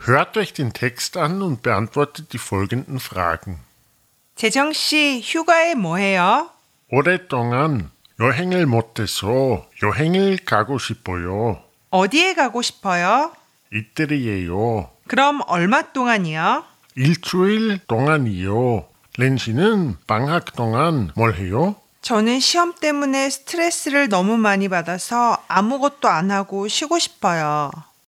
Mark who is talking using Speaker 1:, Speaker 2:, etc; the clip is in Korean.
Speaker 1: Hört euch den Text an und beantwortet die folgenden Fragen.
Speaker 2: 재정 씨, 휴가에 뭐 해요?
Speaker 1: 오랫동안 여행을 못해서 여행을 가고 싶어요.
Speaker 2: 어디에 가고 싶어요?
Speaker 1: 이틀이에요.
Speaker 2: 그럼 얼마 동안이요?
Speaker 1: 일주일 동안이요. 렌씨는 방학 동안 뭘 해요?
Speaker 2: 저는 시험 때문에 스트레스를 너무 많이 받아서 아무것도 안 하고 쉬고 싶어요.